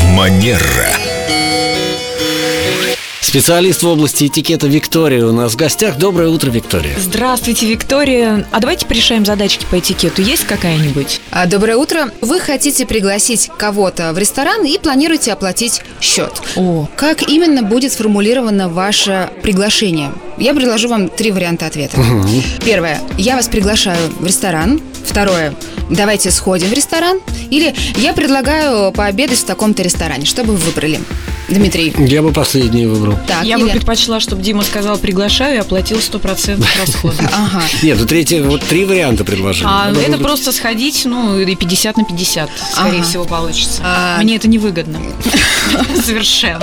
Венера. Специалист в области этикета Виктория у нас в гостях. Доброе утро, Виктория. Здравствуйте, Виктория. А давайте порешаем задачки по этикету. Есть какая-нибудь? А, Доброе утро. Вы хотите пригласить кого-то в ресторан и планируете оплатить счет. О, Как именно будет сформулировано ваше приглашение? Я предложу вам три варианта ответа. Первое. Я вас приглашаю в ресторан. Второе. Давайте сходим в ресторан. Или я предлагаю пообедать в таком-то ресторане. Что бы вы выбрали? Дмитрий. Я бы последний выбрал. Так, я бы или... предпочла, чтобы Дима сказал «приглашаю» и оплатил 100% расходов. Ага. Нет, ну третье, вот три варианта предложили. А Надо это выбрать. просто сходить, ну, и 50 на 50, скорее Ага. всего, получится. А- Мне это невыгодно. Совершенно.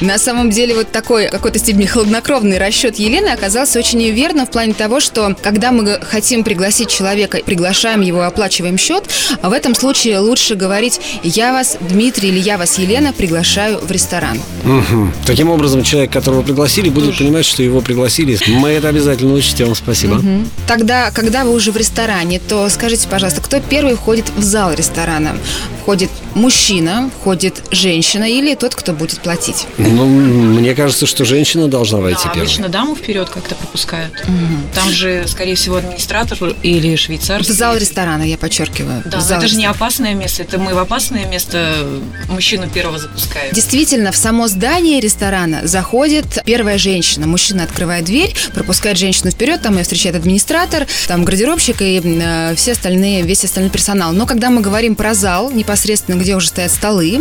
На самом деле вот такой в какой-то степени хладнокровный расчет Елены оказался очень неверным в плане того, что когда мы г- хотим пригласить человека, приглашаем его, оплачиваем счет, а в этом случае лучше говорить «я вас, Дмитрий» или «я вас, Елена, приглашаю в ресторан». Мгм. Таким образом, человек, которого пригласили, будет понимать, что его пригласили. Мы это обязательно учтем. Спасибо. Тогда, когда вы уже в ресторане, то скажите, пожалуйста, кто первый входит в зал ресторана? Входит мужчина, входит женщина или тот, кто будет платить? Ну, мне кажется, что женщина должна войти Да, первой. А обычно даму вперед как-то пропускают. Там же, скорее всего, администратор или швейцар. В зал ресторана, я подчеркиваю. Да, но в зал это же не ресторана. опасное место, это мы в опасное место мужчину первого запускаем. Действительно, в само здание ресторана заходит первая женщина. Мужчина открывает дверь, пропускает женщину вперед, там ее встречает администратор, там гардеробщик и э, все остальные, весь остальной персонал. Но когда мы говорим про зал, непосредственно где уже стоят столы,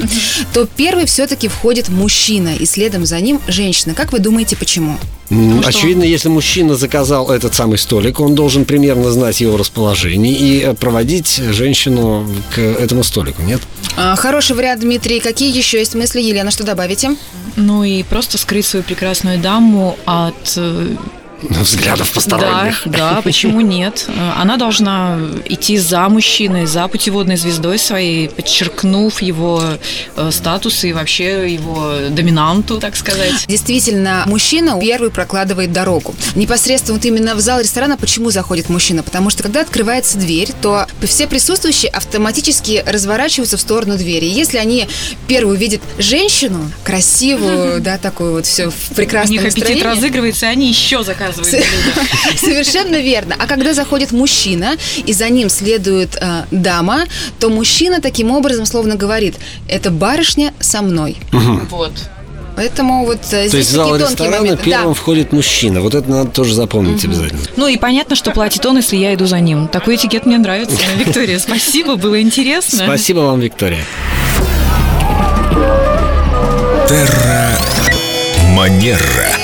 то первый все-таки входит мужчина, и следом за ним женщина. Как вы думаете, почему? М, что? Очевидно, если мужчина заказал этот самый столик, он должен примерно знать его расположение и э, проводить женщину к этому столику, нет? А, хороший вариант, Дмитрий. Какие еще есть мысли, Елена? Что добавите? Ну и просто скрыть свою прекрасную даму от... э, Взглядов Да, посторонних. да, почему нет? Э, Она должна идти за мужчиной, за путеводной звездой своей, подчеркнув его э, статус и вообще его доминанту, так сказать. Действительно, мужчина первый прокладывает дорогу. Непосредственно вот именно в зал ресторана почему заходит мужчина? Потому что когда открывается дверь, то все присутствующие автоматически разворачиваются в сторону двери. И Если они первую видят женщину, красивую, да, такую вот все в У прекрасном них аппетит настроении, разыгрывается, и они еще заказывают блюдо. Совершенно верно. А когда заходит мужчина, и за ним следует э, дама, то мужчина таким образом словно говорит, это барышня со мной. Вот. Поэтому вот э, То здесь есть в зал такие тонкие ресторана моменты. Да. первым входит мужчина. Вот это надо тоже запомнить обязательно. Ну и понятно, что платит он, если я иду за ним. Такой этикет мне нравится. Ну, Виктория, спасибо, было интересно. Спасибо вам, Виктория. Манера.